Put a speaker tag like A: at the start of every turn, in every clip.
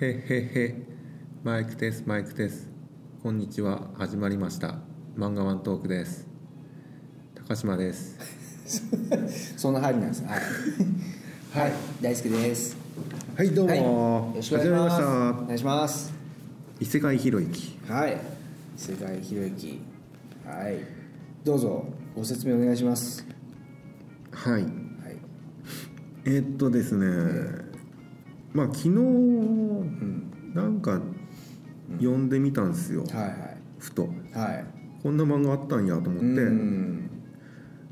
A: へっへっへマイクですマイクですこんにちは始まりました漫画ワントークです高島です
B: そんな入りなんですね。はい。はい、大輔です。
A: はいどう
B: はい。
A: も、
B: よろし
A: 始
B: くお
A: ま
B: 願い
A: り
B: し
A: ま
B: ま
A: し
B: す。
A: た
B: お願いします。
A: 異世界ひろゆき
B: はい。世界ひろゆき。はい。どうぞご説明お願いします。
A: はい
B: はい。
A: えーっとですね、まあ昨日
B: うん。
A: なんか読んでみたんですよ、
B: は
A: ふと
B: いはい。はい。
A: こんな漫画あったんやと思って、
B: うん。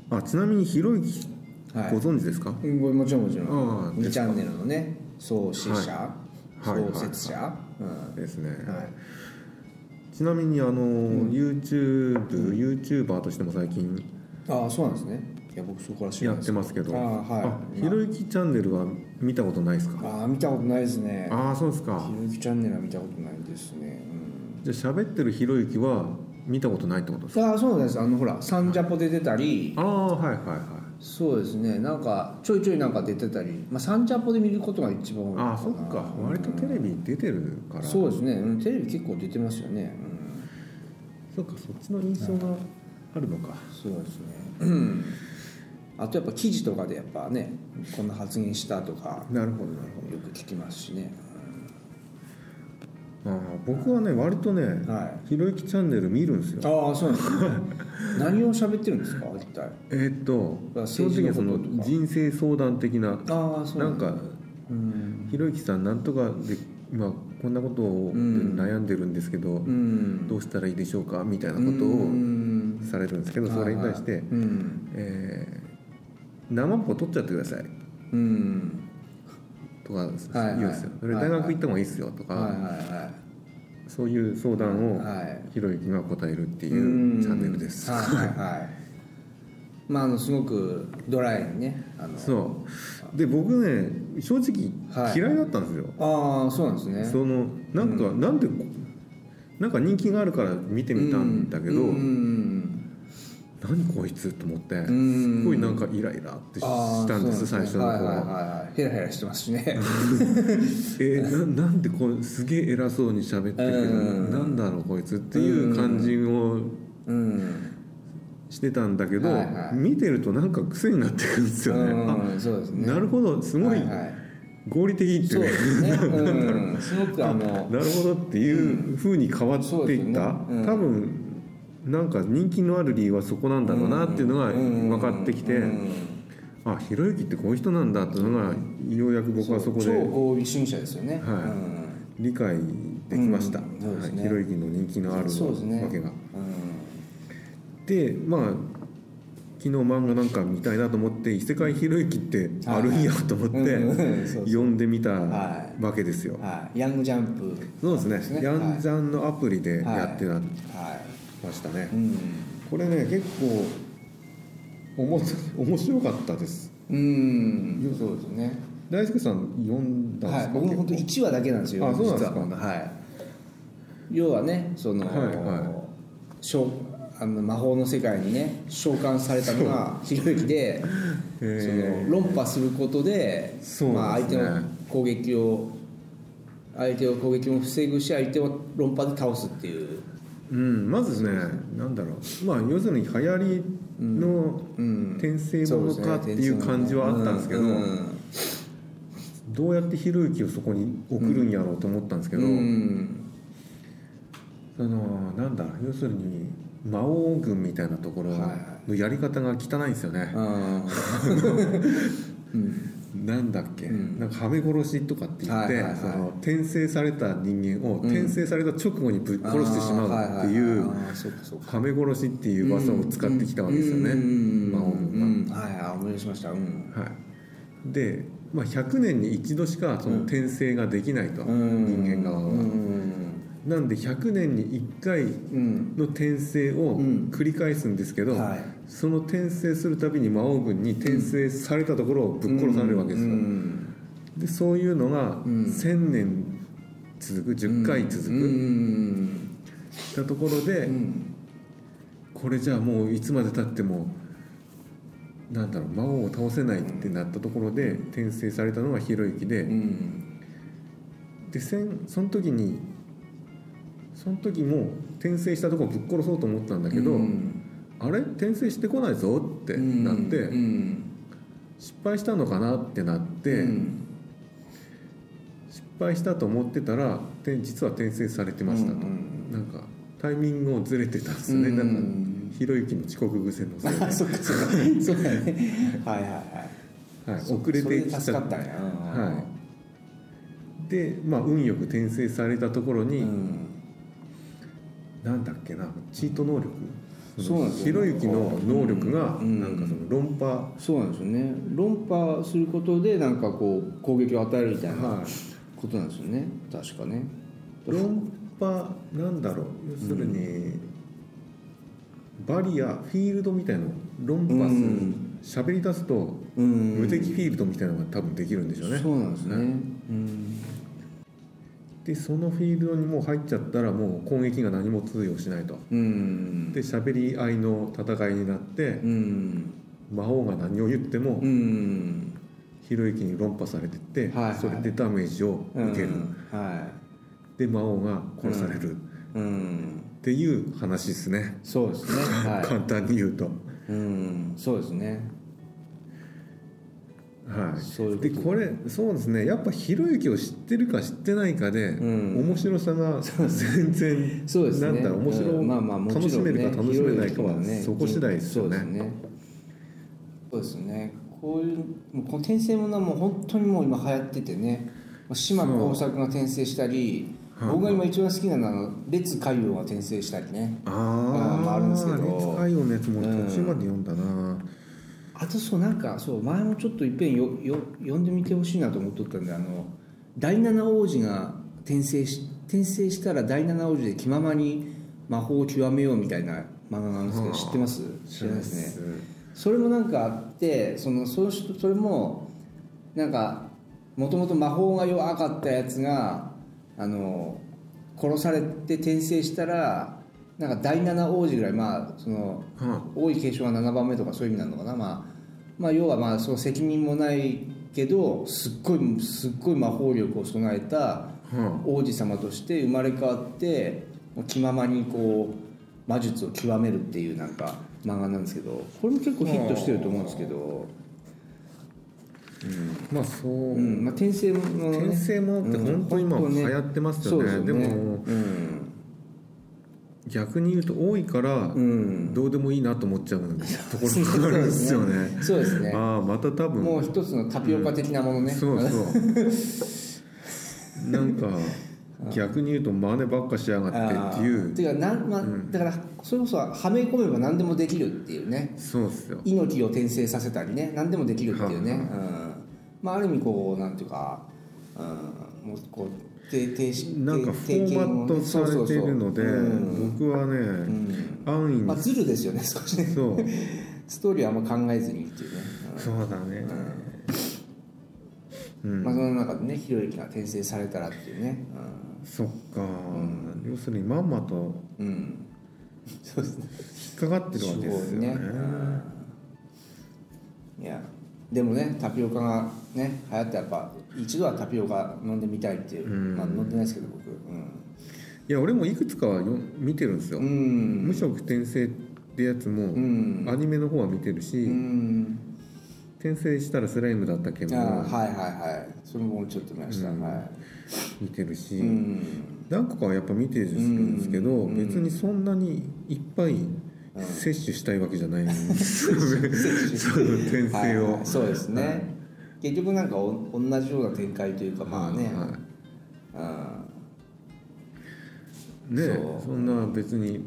A: あちなみにひろゆき
B: はい
A: ご存知ですか、
B: うんこれもちろんもちろ
A: あー
B: ん。
A: です
B: 二
A: か
B: チャンネルのね、創始者、
A: いはい
B: 創設者、
A: ですね、
B: うん。はい。
A: ちなみにあの、YouTubeYouTuber としても最近
B: ああ、そうなんですね。いや僕そこから知ら
A: や
B: ない
A: っ
B: で
A: て
B: す。
A: ますけど
B: あーはい
A: ひろゆきチャンネルは見たことないですか
B: ああ見たことないですね。
A: ああそうですか
B: ひろゆきチャンネルは見たことないですね。うん。
A: じゃあ喋ってるひろゆきは見たことないってことですか
B: ああそうなんですあのほら「サンジャポ」で出たり、
A: ああはいはいはい
B: そうですねなんかちょいちょいなんか出てたり、まあ、サンジャポで見ることが一番多いのかな
A: ああそっか割とテレビ出てるから
B: そうですね、うん、テレビ結構出てますよね、
A: そっかそっちの印象があるのか
B: うん、そうですねうんあとやっぱ記事とかでやっぱねこんな発言したとか
A: なるほどなるほ
B: よく聞きますしね、
A: どああ僕はね割と
B: うん
A: ね
B: はい
A: ひろゆきチャンネル見るんですよ
B: ああそう なんですね何を喋ってるんですか一体
A: えーっと
B: あ
A: 基本的にはその
B: 政治のこととか
A: 人生相談的な
B: ああそう
A: なん
B: だ
A: か
B: うん
A: ひろゆきさんなんとかで今こんなことを
B: うん
A: 悩んでるんですけど、
B: うん
A: どうしたらいいでしょうかみたいなこと
B: うん
A: をされるんですけどそれに対して、
B: うん
A: えー生ポ取っちゃってください
B: うん
A: とか言うんですよ、
B: はいはい
A: それ大学行った方がいいですよとか、
B: はいは
A: そういう相談
B: い
A: を
B: はいはい
A: ひろゆきが答えるって
B: て
A: いうチャンネルです。
B: はいはいはいまああのすごくドライにねあの
A: そうで僕ね正直
B: はい
A: 嫌いだったんですよ、
B: ああそうなんですね
A: そのなんか、なんでなんか人気があるから見てみたんだけど、
B: うんうん
A: 何こいつと思って
B: ん
A: すっごいなんかイライラってし
B: ああ
A: たんです
B: そう
A: 最
B: な
A: 初の
B: はい
A: 頃
B: はい
A: は
B: はいはいヘラヘラしてます しね
A: えーななんでこうすげえ偉そうに喋ってるけど
B: うん
A: なんだろうこいつっていう感じを
B: うん
A: してたんだけど
B: はいはい
A: 見てるとなんか癖になってくるんですよね
B: うんそうです
A: あ
B: ね
A: なるほどすごい
B: はいはい
A: 合理的って
B: そう
A: い
B: で
A: う
B: すねうんすごくあの
A: なるほどっていう風に変わっていった
B: うんそうですねうん
A: 多分なんか人気のある理由はそこなんだろうなっていうのが分かってきて
B: うん
A: あひろゆきってこういう人なんだっていうのがようやく僕はそこで
B: 超合理主義者ですよね
A: はい
B: うん
A: 理解できました、
B: うんそうですね
A: はい、ひろゆきの人気のある
B: そうですね
A: わけが。
B: う
A: でまあ昨日漫画なんか見たいなと思って異世界ひろゆきってあるんやと思っ
B: ん
A: て
B: うんそう
A: 読んでみた
B: は
A: わけですよ。
B: はい、ヤングジャンプ、
A: そうですね。ヤンジ
B: ン
A: ャンのアプリでやってな
B: は
A: ましたね。
B: い、うん、
A: これね結構おも し面白かったです。
B: うん、そうですね。
A: 大輔さん読んだんで
B: は
A: す
B: い、
A: か。
B: 僕も本当
A: 結
B: 一話だけなんですよ。
A: あそうなんですか
B: 実ははい。要はね、その、
A: はいは
B: しょあの魔法の世界にね召喚されたのがひろゆきで、そ
A: へー
B: の論破することで、
A: そう
B: まあ
A: なん
B: 相
A: ですね
B: 手の攻撃を相手の攻撃も防ぐし相手を論破で倒すっていう。
A: 構うんまずねなんだろうまあ要するに流行りの
B: うん
A: 転生ものかっていう感じはあったんですけど、
B: そうですね転生ものうん
A: どうやってひろゆきをそこに送るんやろうと思ったんですけど、
B: うん
A: そのなんだ要するに魔王軍みたいなところ
B: はいは
A: のやり方が汚いんですよね、
B: あーうん
A: なんだっけ、
B: うん
A: なんかはめ殺しとかって言って、
B: はいはいはい
A: その転生された人間を
B: うん
A: 転生された直後にぶっ殺してしまうってい
B: あー
A: う
B: はははあーそうかそうか
A: はめ殺しっていう技を使ってきたわけですよね、
B: うん
A: 魔王
B: うん
A: 軍
B: うんはいあー思い出しましたうん
A: が。はい、で、まあ、100年に一度しかその転生ができないと、
B: うん
A: 人間側は。
B: うん
A: なんで100年に1回
B: うん
A: の転生を
B: うん
A: 繰り返すんですけど、
B: はい
A: その転生するたびに魔王軍に転生されたところをぶっ殺されるわけですよ、
B: うん
A: でそういうのが
B: ん
A: 1,000年続く10回続
B: うんう
A: く
B: ん
A: たところで、
B: うん
A: これじゃあもういつまでたってもなんだろう魔王を倒せないってなったところで転生されたのがひろゆきで、
B: うん
A: でせんその時にその時も転生したとこぶっ殺そうと思ったんだけど、
B: うん
A: あれ転生してこないぞってなって、
B: うん
A: 失敗したのかなってなって、
B: うん
A: 失敗したと思ってたらて実は転生されてましたと、
B: うんうん
A: なんかタイミングをずれてたんですよね、
B: うん
A: なんかひろゆきの遅刻癖のせいで、
B: あ そっかそっかそうだねはいはいはい
A: はい、
B: そ
A: 遅れ
B: それ
A: て
B: で
A: き
B: 助
A: ちゃ
B: か
A: っ
B: ったたんや
A: はで、まあ、運よく転生されたところ
B: い
A: に、
B: うん
A: なんだっけなチート能力
B: そうなんですよ
A: ひろゆきの能力が
B: うん
A: なんかその論破、
B: そうなんですよね論破することでなんかこう攻撃を与えるみたいな
A: はい
B: ことなんですよね確かね
A: 論破なんだろう要するに、バリアフィールドみたいなのを論破
B: うん
A: する喋、り出すと
B: うん
A: 無敵フィールドみたいなのが多分できるんでしょうね、
B: そうなんですね、
A: はい
B: うん
A: でそのフィールドにもう入っちゃったらもう攻撃が何も通用しないと
B: うん
A: で喋り合いの戦いになって
B: うん
A: 魔王が何を言っても
B: うん
A: ひろゆきに論破されてって、
B: はいはい
A: それでダメージを受ける、
B: うんは
A: で魔王が殺されるっ
B: いうん
A: ていう話ですね、
B: そうですねは
A: 簡単に言うと。
B: いうんそうですね
A: はい、
B: そういうこと
A: でこれそうですねやっぱひろゆきを知ってるか知ってないかで、
B: うん
A: 面白さが全然
B: そうですね
A: なんだろう面白い、
B: うんまあまあもちろん
A: 楽しめるか楽しめないかは
B: 広い人
A: そこ次第ですよね
B: そうですねそうですねこういうもうこの転生ものはもう本当にもう今流行っててね島耕作が転生したり
A: うん
B: 僕が今一番好きなのはあの列海王が転生したりね
A: あ
B: あーまああるんですけど
A: 熱海のやつも
B: うん
A: 途中まで読んだな、
B: あとそうなんかそう前もちょっといっぺんよよ読んでみてほしいなと思っとったんであの第七王子が転生し転生したら第七王子で気ままに魔法を極めようみたいな漫画なんですけど
A: はあ
B: 知ってます知らないですねそれもなんかあってそのその人それもなんかもともと魔法が弱かったやつがあの殺されて転生したらなんか第七王子ぐらいまあその
A: は
B: 多い継承は7番目とかそういう意味なのかな、まあ、まあ要はまあその責任もないけどすっごいすっごい魔法力を備えた
A: あは
B: 王子様として生まれ変わってもう気ままにこう魔術を極めるっていうなんか漫画なんですけどこれも結構ヒットしてると思うんですけど、
A: あまあそう、
B: うんまあ、転生ものね
A: 転生ものって本当に今流行ってますよね
B: そう
A: で
B: で
A: も
B: すうん
A: 逆に言うと多いから
B: うん、
A: どうでもいいなと思っちゃうところがあるんですよね
B: そうですね
A: ああまた多分
B: もう一つのタピオカ的なものね、
A: そうそうなんか逆に言うと真似ばっかしやがってっていう
B: ていうかなん、まあだからそれこそはめ込めば何でもできるっていうね
A: そうっすよ
B: 猪木を転生させたりね何でもできるっていうね、
A: は
B: う
A: いは
B: んまあ、ある意味こうなんていうか、うん、もうこうてて
A: なんかフォーマットされているので僕は
B: う
A: ね
B: ん
A: 安易
B: まあ、
A: に
B: ズルですよね 少しね
A: そう
B: ストーリーはあんま考えずにっていうね、
A: そうだねう
B: うん
A: ん
B: まあ、その中でねひろゆきが転生されたらっていうね、
A: そっか要するにまんまと
B: うんうん、そうですね
A: 引っかかってるわけですよね
B: いやでもねタピオカがね流行ったらやっぱ一度はタピオカ飲んでみたいっていう、
A: うん
B: まあ飲んでないですけど僕うん、
A: いや俺もいくつかはよ見てるんですよ
B: うん、
A: 無職転生ってやつ
B: う
A: も
B: ん
A: アニメの方は見てる
B: う
A: し
B: ん
A: 転生したらスライムだったけ
B: あ
A: ど
B: はいはいはいそれもちょっと見ました、
A: うん
B: は
A: 見てるし、
B: い、うん、
A: 何個かはやっぱ見てるんですけど、
B: うん
A: 別にそんなにいっぱい摂取したいわけじゃないん ですよね、 その転生を、
B: はいはいそうですね、結局なんかお同じような展開というかまあね、
A: はい
B: うん
A: ね
B: そう
A: そんな別に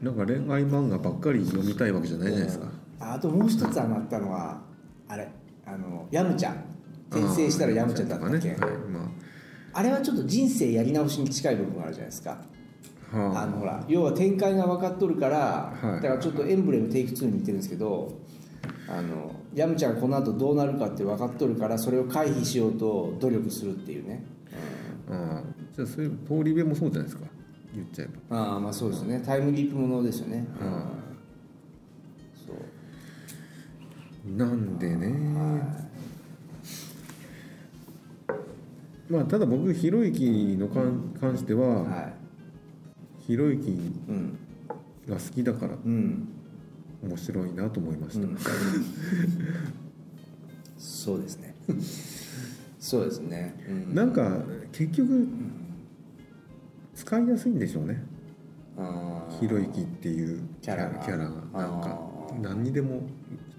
A: なんか恋愛漫画ばっかり読みたいわけじゃないじゃないですか、
B: ああともう一つあったのはあれあのヤムちゃん転生したらヤムちゃんだったっけ
A: あー
B: あ,、
A: とかね、はいま
B: れはちょっと人生やり直しに近い部分があるじゃないですか
A: あはあ
B: あのほら要は展開が分かっとるから、
A: はい
B: だからちょっとエンブレムテイク2に似てるんですけどあのヤムちゃんがこの後どうなるかって分かっとるからそれを回避しようと努力するっていうね、
A: あーじゃあそういう通り部もそうじゃないですか言っちゃえば
B: うんああまあそうですねタイムリープものですよね、
A: うん
B: そう
A: なんでね、まあただ僕ひろゆきのかん関しては
B: は
A: ひろゆき
B: いうん
A: が好きだから
B: うん、
A: 面白いなと思いま
B: う
A: した、
B: ん、そうですねそうですね、う
A: なんか結局使いやすいんでしょうね
B: あー
A: ひろゆきっていう
B: キャラが
A: キャラがなんか
B: あー
A: 何にでも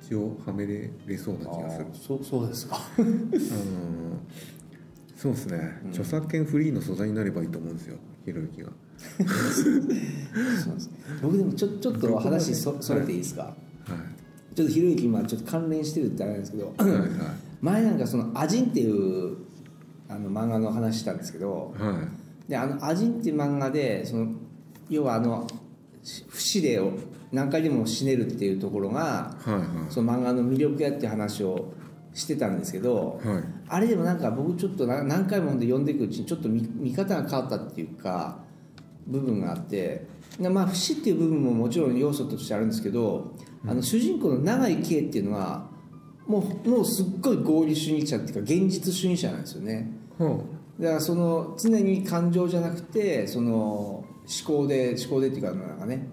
A: 一応はめれれそうな気がする
B: あーそうそうですか
A: あのーそうですね、
B: うん
A: 著作権フリーの素材になればいいと思うんですよひろゆきが
B: そうですね僕でもちょちょっと話そそれていいですか、
A: はい
B: ちょっとひろゆき今ちょっと関連してるってあれなんですけど
A: はいはい
B: 前なんかその「アジン」っていうあの漫画の話したんですけど
A: はい
B: であの「アジン」っていう漫画でその要はあのし不死でを何回でも死ねるっていうところが
A: はいはい
B: その漫画の魅力やっていう話をしてたんですけど
A: はい
B: あれでもなんか僕ちょっとな何回も読んでいくうちにちょっと見見方が変わったっていうか部分があってなまあ不死っていう部分ももちろん要素としてあるんですけど、あの主人公の永井圭っていうのはもうもうすっごい合理主義者っていうか現実主義者なんですよね
A: は
B: だからその常に感情じゃなくてその思考で思考でっていうかあのなんかね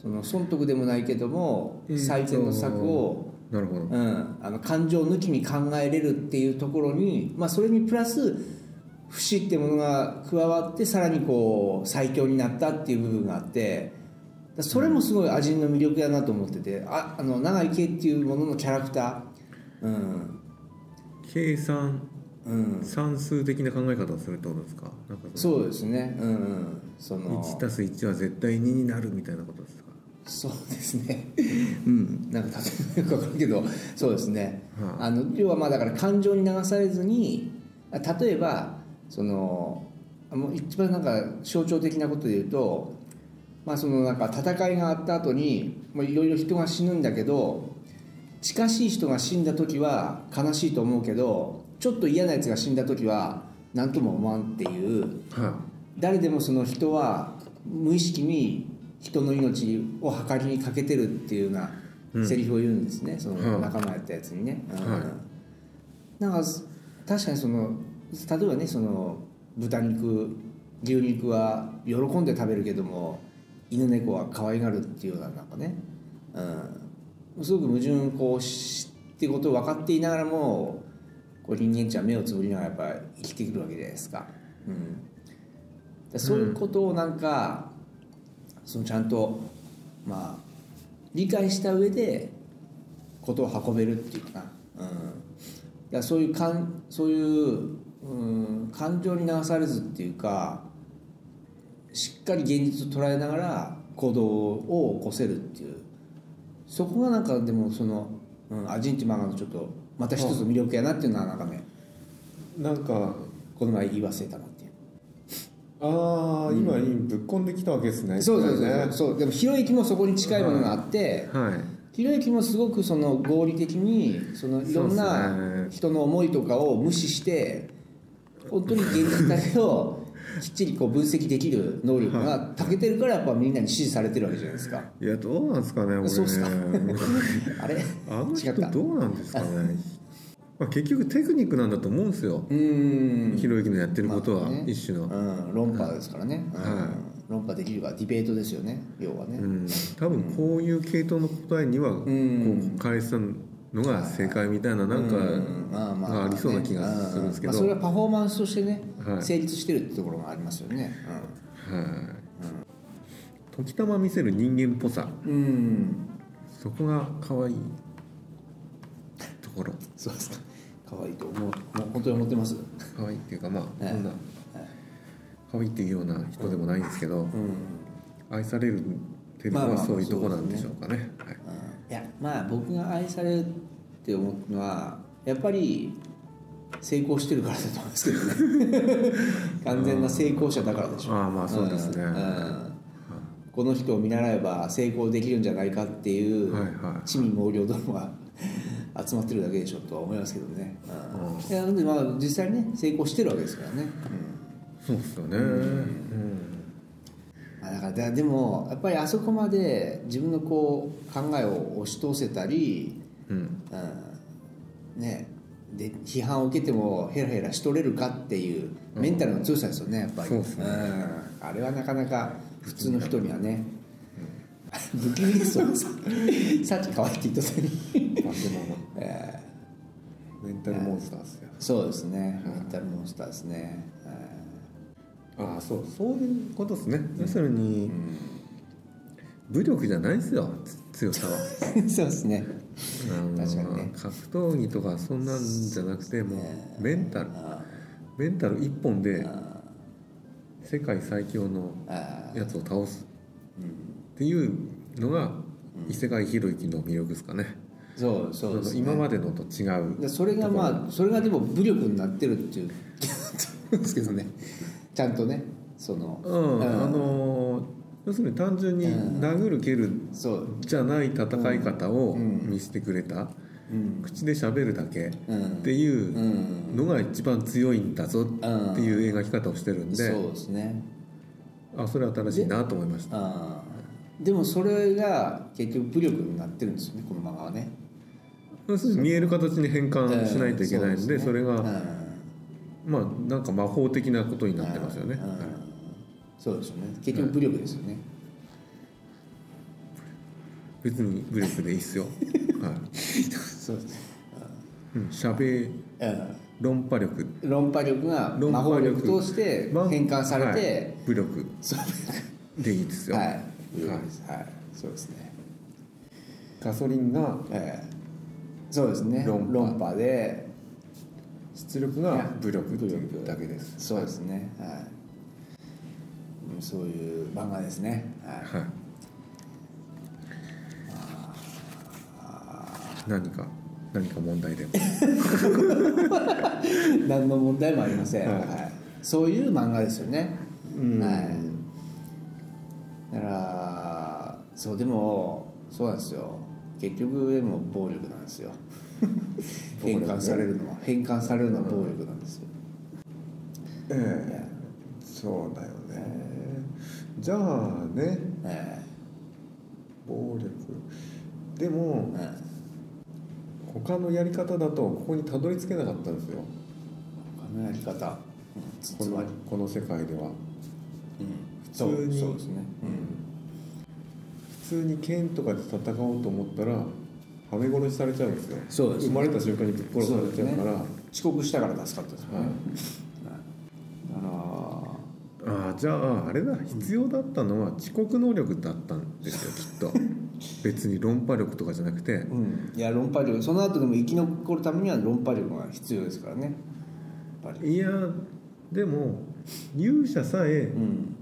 B: その損得でもないけども
A: うん
B: 最善の策を、
A: あなるほど
B: うん、あの感情抜きに考えれるっていうところに、まあ、それにプラス不死ってものが加わってさらにこう最強になったっていう部分があってだそれもすごい味の魅力だなと思っててああの長井圭っていうもののキャラクター、うん
A: 計算
B: うん、
A: 算数的な考え方をするってことですかなんか
B: そうですね、うんうん、その
A: 1たす1は絶対2になるみたいなことですか
B: そうですね、うん、なんか例えばよくわかるけどそうですね、
A: は
B: あの要はまあだから感情に流されずに例えばそのもう一番なんか象徴的なことで言うと、まあ、そのなんか戦いがあった後にもういろいろ人が死ぬんだけど近しい人が死んだ時は悲しいと思うけどちょっと嫌なやつが死んだ時は何とも思わんっていう
A: は
B: 誰でもその人は無意識に人の命を計りにかけてるっていうよう
A: うん
B: なセリフを言うんですね、そ
A: は
B: の
A: い
B: 仲間やったやつにね。うん
A: はい
B: なんかす確かにその例えばねその豚肉牛肉は喜んで食べるけども犬猫は可愛がるっていうようななんかね、うん、すごく矛盾をこうしっていうことを分かっていながらもこう人間っちゃ目をつぶりながらやっぱり生きてくるわけじゃないですか。うんでそういうことをなんか、そのちゃんとまあ理解した上でことを運べるっていうかな、うん、だからそういうかんそういう、うん、感情に流されずっていうかしっかり現実を捉えながら行動を起こせるっていうそこがなんかでもその「うん、アジン」っていう漫画のちょっとまた一つ魅力やなっていうのはなんかね
A: いなんか
B: この前言い忘れたなっていう。
A: ああ今ぶっこんできたわけですね
B: そうそうそうそうでもひろゆきもそこに近いものがあって、
A: はい
B: ひろゆきもすごくその合理的にそのい
A: そう
B: ろん
A: です
B: な
A: ね
B: 人の思いとかを無視して本当に現実だけをきっちりこう分析できる能力が長けてるからやっぱみんなに支持されてるわけじゃないです か
A: いやどうなんですかね俺ね
B: そうっすかあれ
A: あの人
B: 違った
A: どうなんですかねまあ結局テクニックなんだと思うんですよ
B: うーん
A: ひろゆきのやってること
B: まあ
A: は
B: ね
A: 一種の、
B: うん、論破ですからね、うん
A: は
B: 論破できるからディベートですよね要はね、
A: うん、多分こういう系統の答えにはこ
B: ん
A: う返すのが正解みたいななんか
B: うんまあまあま
A: がありそうな気がするんですけど、
B: ねうんまあ、それはパフォーマンスとしてね、
A: はい
B: 成立してるってところがありますよね
A: はい、時たま見せる人間っぽさ
B: うん、うん
A: そこが可愛いところ
B: そうですか。可愛いと思う。もう本当に思ってます。
A: 可愛いっていうかまあ
B: ええ
A: そんな可愛いっていうような人でもないんですけど、
B: うん。
A: 愛されるっていうの
B: まあ
A: は
B: まあ
A: そういうとこなんでしょうかね。はい
B: いや、まあ僕が愛されるって思うのはやっぱり成功してるからだと思うんですけどね。 完全な成功者だからでしょ。
A: ああまあそうですね
B: んうんこの人を見習えば成功できるんじゃないかっていう
A: はいはい
B: 地味猛量どもが集まってるだけでしょとは思いますけどね。うん
A: うん
B: いやなんでまあ実際にね成功してるわけですからね。うん
A: そうですよね。うん
B: あだからだでもやっぱりあそこまで自分のこう考えを押し通せたり、
A: うん
B: うんね、で批判を受けてもヘラヘラしとれるかっていうメンタルの強さですよねやっぱり
A: そうですね
B: んあれはなかなか普通の人にはね不気味ですわさっきさっき変わって言ったの に
A: 化け物メンタルモンスターですよ
B: そうですねメンタルモンスターですね
A: ああそうそういうことですね要するに、武力じゃないですよつ強さは
B: うんそうですね
A: あの
B: 確かにね
A: 格闘技とかそんなんじゃなくてもうメンタル
B: あ
A: メンタル一本で
B: あ
A: 世界最強の
B: あ
A: やつを倒すっていうのが伊勢貝博之の魅力ですかね
B: そうそうです、ね、
A: 今までのと違う
B: でそれがまあそれがでも武力になってるっていう ですけどねちゃんとねその、
A: うん、
B: うん
A: あのー要するに単純に
B: うん
A: 殴る蹴る
B: そう
A: じゃない戦い方を
B: うん
A: 見せてくれた、
B: うん
A: 口で喋るだけ
B: うん
A: っていううんのが一番強いんだぞっていう描き方をしてるん
B: そ
A: で、
B: うですね
A: あそれは新しいなと思いました
B: あーでもそれが結局武力になってるんですよねこの漫画はね
A: 要するに見える形に変換しないといけないんで,、
B: う
A: そ
B: すね
A: れが、
B: うん
A: まあなんか魔法的なことになってますよね、
B: うんそうですよね結局武力ですよね、
A: 別に武力でいいっすよはい
B: そうです、
A: うん、しゃべ
B: う
A: 論破力
B: ん、論破力が
A: 論
B: 魔法
A: 破力
B: 力として
A: ま
B: 変換され
A: はい
B: て、
A: 武力でいいですよ、
B: はい、武力ですはい、そうですね
A: ガソリンが
B: ええそうですね
A: 論
B: 論
A: 破
B: 破で
A: 出力が武力というだけです
B: そうですねはいうんそういう漫画ですねはい
A: はい何か何か問題でも
B: 何の問題もありません、
A: は
B: はいいそういう漫画ですよね、
A: うん
B: はい、だからそうでもそうなんですよ結局でも暴力なんですよ
A: 暴力
B: 変
A: ね
B: 換されるのは 変換されるのは暴力なんですよ、
A: ええそうだよねじゃあね
B: え
A: 暴力でも
B: えええ
A: 他のやり方だとここにたどり着けなかったんですよ
B: 他のやり方つ
A: こ
B: つま
A: の
B: り、
A: この世界では、
B: うん、
A: 普通に
B: そうそうですね、
A: 普通に剣とかで戦おうと思ったらはめ殺しされちゃうんですよ
B: そうです
A: 生
B: ね
A: まれた瞬間にぶっ殺されちゃうから
B: 遅刻したから助かったですよね、
A: はい
B: あの
A: ああじゃああれだ必要だったのは遅刻能力だったんですよきっ と別に論破力とかじゃなくて
B: ーうん、いや論破力その後でも生き残るためには論破力が必要ですからねやっぱり、
A: いやでも勇者さえ
B: うん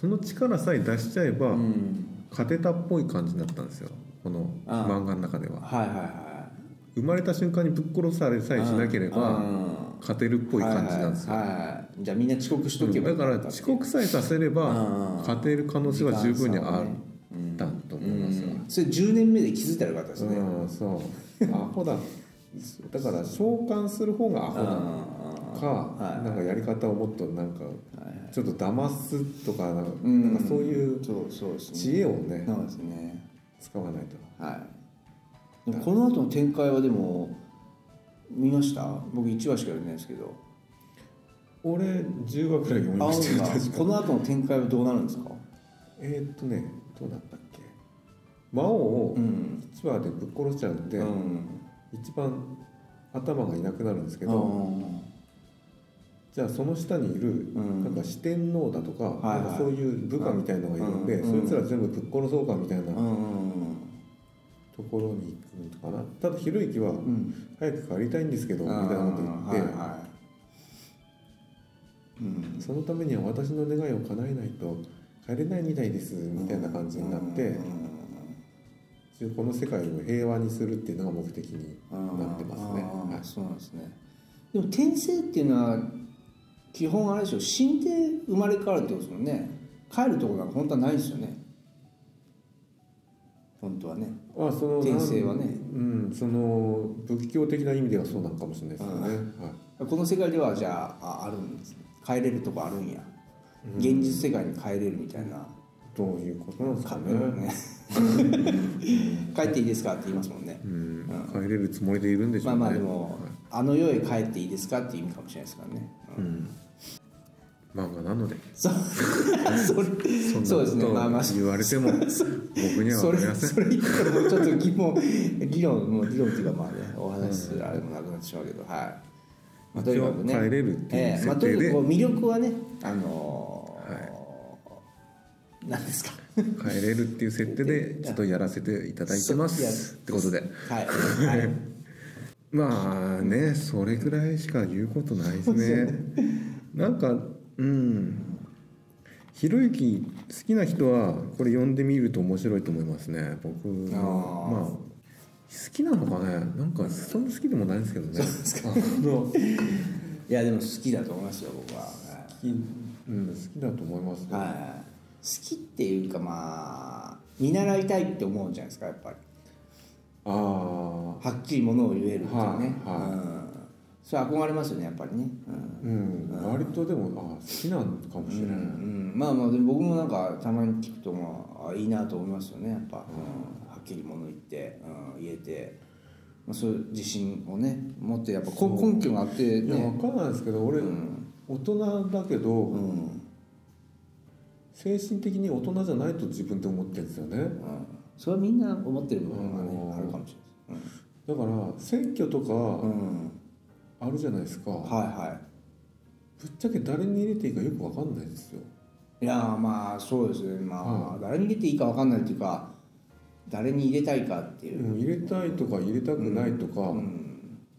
A: その力さえ出しちゃえば、
B: うん、
A: 勝てたっぽい感じだったんですよこの
B: ああ
A: 漫画の中では
B: はいはいは
A: 生まれた瞬間にぶっ殺されさ
B: い
A: えしなけれ
B: う
A: ば
B: ん
A: 勝てるっぽい感じなんですよ、
B: はいはいはいはいじゃあみんな遅刻しとけば
A: だから遅刻さえさせれば
B: うん
A: 勝てる可能性は十分にあ
B: うん
A: ったと思いますよ、
B: うんそれ10年目で気づいたらよかったですね、うん
A: うん、そうアホだだから召喚する方がアホだか、
B: はい
A: なんかやり方をもっとなんか
B: はい
A: ちょっと騙すとかなんか,、
B: うん
A: そういう
B: そうそうですね
A: 知恵をね
B: そうですね
A: 使わないと
B: はい、でもこの後の展開はでも見ました僕1話しか読んでないですけど
A: 俺10話くらい読みま
B: 青
A: したよ
B: が
A: 確か
B: この後の展開はどうなるんですか
A: えーっとねどうだったっけ魔王を
B: ん
A: 1話でぶっ殺しちゃうんで、
B: うん
A: 一番頭がいなくなるんですけど、
B: うん
A: じゃあその下にいる、
B: うん
A: なんか四天王だとか,、
B: はいはい
A: なんかそういう部下みたいのがいるんで、
B: うん
A: そいつら全部ぶっ殺そうかみたいな
B: うん
A: ところに行くのかなただひろゆきは
B: うん
A: 「早く帰りたいんですけど」みたいなこと言って、
B: はいはいうん
A: そのためには私の願いを叶えないと帰れないみたいですみたいな感じになって、一応この世界を平和にするっていうのが目的になってますね。
B: あー
A: はい
B: そうなんですねでも転生っていうのは基本あれでしょ死んで生まれ変わるってことですもんね帰るとこなんか本当はないですよね本当はね
A: あその
B: 転生は
A: な
B: ね
A: んうん、その仏教的な意味ではそうなのかもしれないですよね。はい
B: この世界ではじゃあああるんです帰れるとこあるんや現実世界に帰れるみたいな
A: どういうことなんですかね。
B: 帰っていいですかって言いますもんね、
A: うん、帰れるつもりでいるんでしょ
B: まあ
A: うね。
B: まあでも、あの世へ帰っていいですかっていう意味かもしれないですからね、うん
A: 漫画なので
B: そうそれ そうですねまあまあ
A: 言われても僕には
B: そ
A: 分
B: れ
A: かりません
B: それ言ったらもうちょっと議論議論もう議論っていうかまあねお話しするあれもなくなってしまうけどはい、まあ、とにかくね
A: 一応帰れるっていう
B: ええまあ、
A: 設
B: と
A: 定
B: に
A: で
B: かくこう魅力はねあのーなんですか
A: 帰れるっていう設定でちょっとやらせていただいてま
B: そ
A: すってことで
B: はい、 はい、
A: まあねそれぐらいしか言うことないですねなんかうんひろゆき好きな人はこれ読んでみると面白いと思いますね僕
B: あー
A: まあ好きなのかねなんかそんな好きでもないんですけどねあの
B: いやでも好きだと思いますよ僕は、はい
A: 好きうん、好きだと思いますね、
B: はい、好きっていうかまあ見習いたいって思うんじゃないですかやっぱり
A: ああ
B: はっきりものを言えるっていうね、
A: はいはい
B: うん、それ憧れますよねやっぱりね、うん
A: うん、割とでもあ好きなのかもしれない、
B: うんまあまあでも僕もなんかたまに聞くとまあいいなと思いますよねやっぱ、うんはっきりもの言って、うん、言えて、まあ、そういう自信をね持ってやっぱこ根拠があって
A: いや
B: ね
A: 分からないですけど俺、
B: うん
A: 大人だけど、
B: うん
A: 精神的に大人じゃないと自分で思ってるんですよね
B: うんそれはみんな思ってる部分がね、
A: うん
B: あるかもしれないです、
A: だから選挙と
B: う
A: か
B: んうん、
A: あるじゃないですか、
B: はいはい
A: ぶっちゃけ誰に入れていいかよく分かんないですよ
B: いやーまあそうですねまあ、誰に入れていいか分かんないっていうか誰に入れたいかっていう、
A: うん入れたいとか入れたくないとか、
B: うん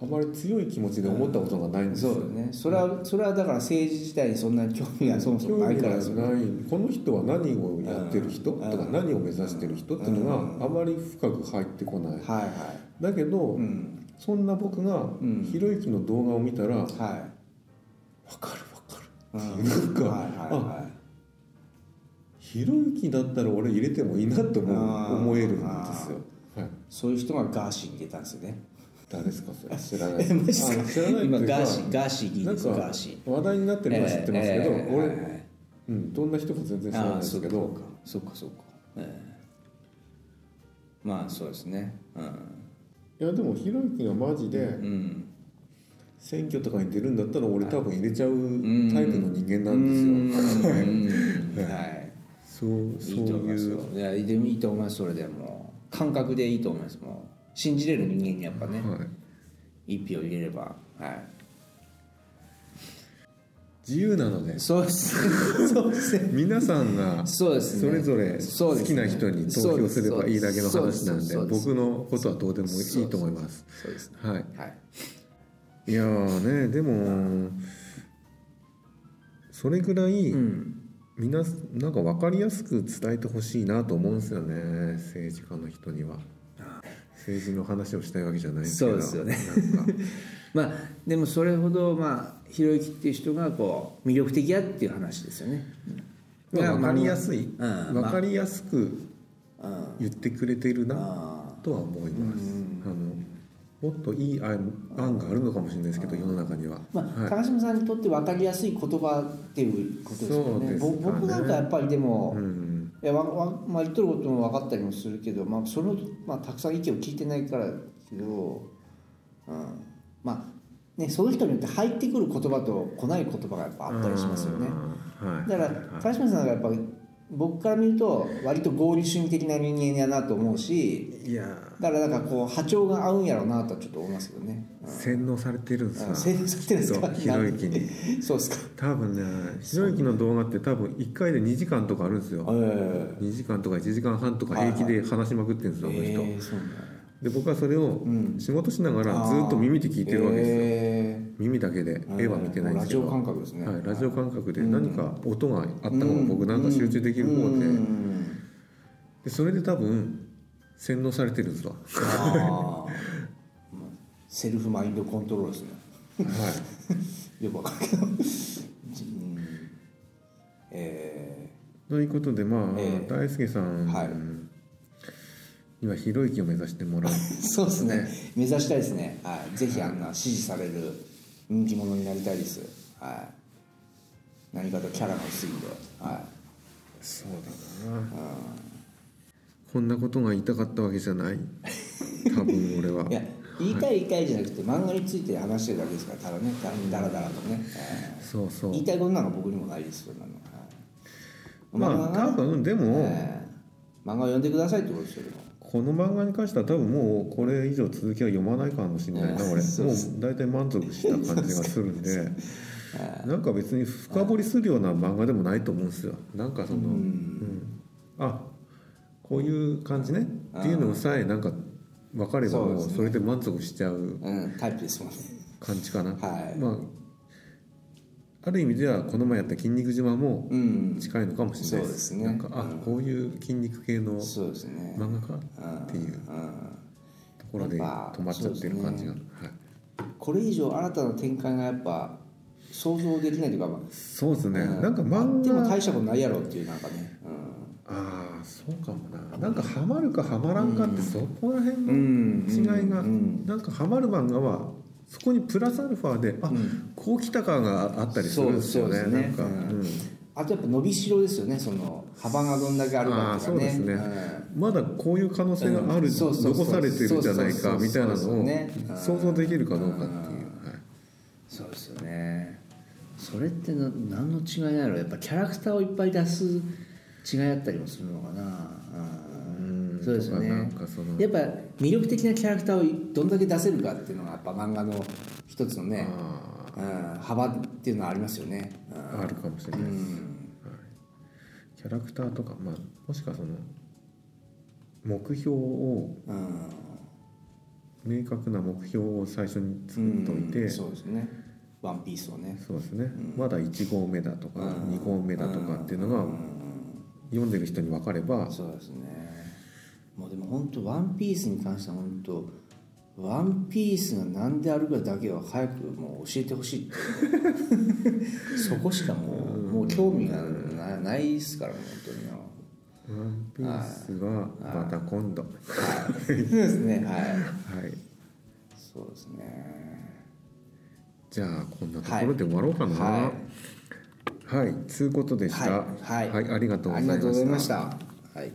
A: あまり強い気持ちで思ったことがないんです
B: そう
A: よ、
B: ですねそれはそれはだから政治自体にそんなに興味がそもそ
A: 興
B: もない
A: 味
B: か
A: が
B: ら
A: な
B: ですよね
A: いこの人は何をやってる人
B: うん
A: とか何を目指してる人っていうのがあまり深く入ってこない
B: はいはい
A: だけど
B: うん
A: そんな僕が
B: ん
A: ひろゆきの動画を見たら
B: はい
A: 分かる分かる
B: うん
A: なんか
B: はいはいは
A: ひろゆきだったら俺入れてもいいなと思
B: あー
A: う思えるんですよ。はい、
B: いそういう人がガーシーに出たんですよね
A: 誰ですかそれ知らない。
B: えマジっすか
A: あ知らない
B: 今
A: というか
B: ガーシーガーシー議員
A: なん
B: です
A: か
B: ガーシー
A: 話題になってるのは知ってますけど、
B: ええ
A: 俺、
B: はいはい
A: うんどんな人か全然知ら
B: あ
A: ない
B: あ
A: ですけど、
B: そうかそうかそうか、ええまあそうですねうん、
A: いやでもひろゆきがマジで
B: うん
A: 選挙とかに出るんだったら俺多分入れちゃう
B: うん
A: タイプの人間なんですよ。
B: ですよ。はい。
A: そうそう
B: いいと思い
A: い
B: ます
A: う
B: よ。いや、でもいいと思います。それでもう感覚でいいと思います。もう信じれる人間にやっぱね、
A: はい、
B: 一票入れれば、は
A: 自由なので
B: い。そうですね。そうですね。
A: 皆さんが
B: そうですね。
A: それぞれ
B: そう
A: 好
B: で
A: き
B: すね
A: な人に投票すればいいだけの話なんで
B: そうす
A: 僕のことはどうでもいいと思います。
B: そうですね。
A: は
B: はい。
A: い、いやーねでもそれぐらい
B: うん。
A: みんななんか分かりやすく伝えてほしいなと思うんですよね政治家の人には。政治の話をしたいわけじゃないけど
B: そうですよね
A: なんか
B: まあでもそれほどまあひろゆきっていう人がこう魅力的やっていう話ですよね。
A: まあ分かりや
B: い
A: すい、
B: んまあ
A: 分かりやすく
B: や。うん。
A: 言ってくれてるな
B: ああ。
A: とは思います、あのもっといい案案があるのかもしれないですけど世の中には、
B: まあ、
A: はい、
B: 高島さんにとって分かりやすい言葉っていうことですよ
A: そう
B: ね
A: ですかね
B: ぼ僕なんかやっぱりでも、
A: うん
B: いやわわまあ、言っとることも分かったりもするけど、まあ、それを、まあ、たくさん意見を聞いてないからだけど、うん、まあねその人によって入ってくる言葉と来ない言葉がやっぱあったりしますよね
A: あーはい
B: だから高島さんがやっぱ僕から見ると割と合理主義的な人間やなと思うし
A: いや
B: だからなんかこう波長が合うんやろうなとはちょっと思いますけどね、
A: ー洗脳されてるんです
B: う
A: わ
B: ん、成立してるんですか
A: そうひろゆきに
B: そうですか
A: 多分ねひろゆきの動画って多分1回で2時間とかあるんですよ
B: ええ
A: 2時間とか1時間半とか平気で話しまくってるんですよ、あの人、
B: えーそうなんだ
A: で僕はそれを
B: ん
A: 仕事しながらずっと耳で聞いてるわけですよ、
B: え
A: 耳だけで
B: ー
A: 絵は見てないんですけ
B: ラジオ
A: ど、
B: 感覚ですね。
A: はい、ラジオ感覚で何か音があった方が僕なんか集中できる方で,、
B: うん
A: でそれで多分洗脳されてるんです わ、
B: あーセルフマインドコントロールですね。
A: はい、
B: よくわかるけど。うんえ
A: ということでまあ、
B: ええ
A: 大輔さん、
B: はい
A: にはひろゆきを目指してもら う
B: ーそうですね。目指したいですね。はい。ぜひあんな支持される人気者になりたいです。はい。何かとキャラが薄いんで。はい。
A: そうだなこんなことが言いたかったわけじゃない多分俺は
B: いや言いたい言いたいじゃなくて漫画について話してるだけですからただねだだらだらとね、え
A: そうそ
B: ー
A: う
B: 言いたいことなんか僕にもないですよそんなの、は
A: ま
B: い
A: あ多分でも、
B: えー漫画を読んでくださいってことですよでも
A: この漫画に関しては多分もうこれ以上続きは読まないかもしれないな
B: うん
A: 俺も
B: そう
A: う
B: です
A: 大体満足した感じがするん でなんか別に深掘りするような漫画でもないと思うんですよなんかその、うんあこういう感じねっていうのさえなんか分かればも
B: そう
A: う
B: ですね
A: それで満足しちゃう
B: うんタイプですもんね
A: 感じかな、
B: はい
A: まあある意味ではこの前やった「筋肉島」も
B: うん
A: 近いのかもしれないです
B: そうですね
A: なんかあこういう筋肉系の
B: そうですね
A: 漫画か
B: うん
A: っていう
B: うん
A: ところで止まっちゃってる感じが、はい、
B: これ以上新たな展開がやっぱ想像できないというか、まあ
A: そうですね、
B: うん
A: なんか
B: あって
A: 漫
B: も
A: 画
B: 大したことないやろっていうなんかね
A: ああそうかもななんかハマるかハマらんかってそこら辺
B: う
A: の
B: ん、
A: 違いが、
B: うん
A: なんかハマる漫画はそこにプラスアルファであ、
B: ん
A: こう来た感があったりするんですよね
B: そうそうです
A: なん
B: ね
A: か、
B: うんあとやっぱ伸びしろですよねその幅がどんだけあるかと
A: あーそ
B: かね
A: うですね
B: ん
A: うんまだこういう可能性がある、
B: うんそうそうそう
A: 残されてるじゃないかみたいな
B: そうそうそうそうねう
A: の
B: ん
A: を想像できるかどうかっていう、はい
B: そうですよねそれってな何の違いなのやっぱキャラクターをいっぱい出す違いだったりもするのかなうんそうですよ
A: とかなん
B: ね
A: かその
B: やっぱ魅力的なキャラクターをどんだけ出せるかっていうのがやっぱ漫画の一つのね、
A: あ
B: うん、幅っていうのはありますよね、うん
A: ーあるかもしれないです、キャラクターとか、まあ、もしくはその目標を
B: うん
A: 明確な目標を最初に
B: う
A: 作
B: ん
A: っといて、そ
B: そうですねワンピースをね
A: うですね、まだ1号目だとか2号目だとかっていうのが読んでる人に分かれば
B: そうですねもうでも本当ワンピースに関しては本当ワンピースが何であるかだけは早くもう教えてほしい ってそこしかもうもう興味がなないですからね本当に
A: 「
B: は
A: ワンピースはまた今度、は
B: そうですねはい
A: い、
B: そうですね
A: じゃあこんなところで終わろうかな
B: はい
A: はい、つうことでした、
B: はいはい
A: ありがとうご
B: あり
A: ざ
B: が
A: い
B: と
A: ま
B: うござい
A: し
B: ましたたはい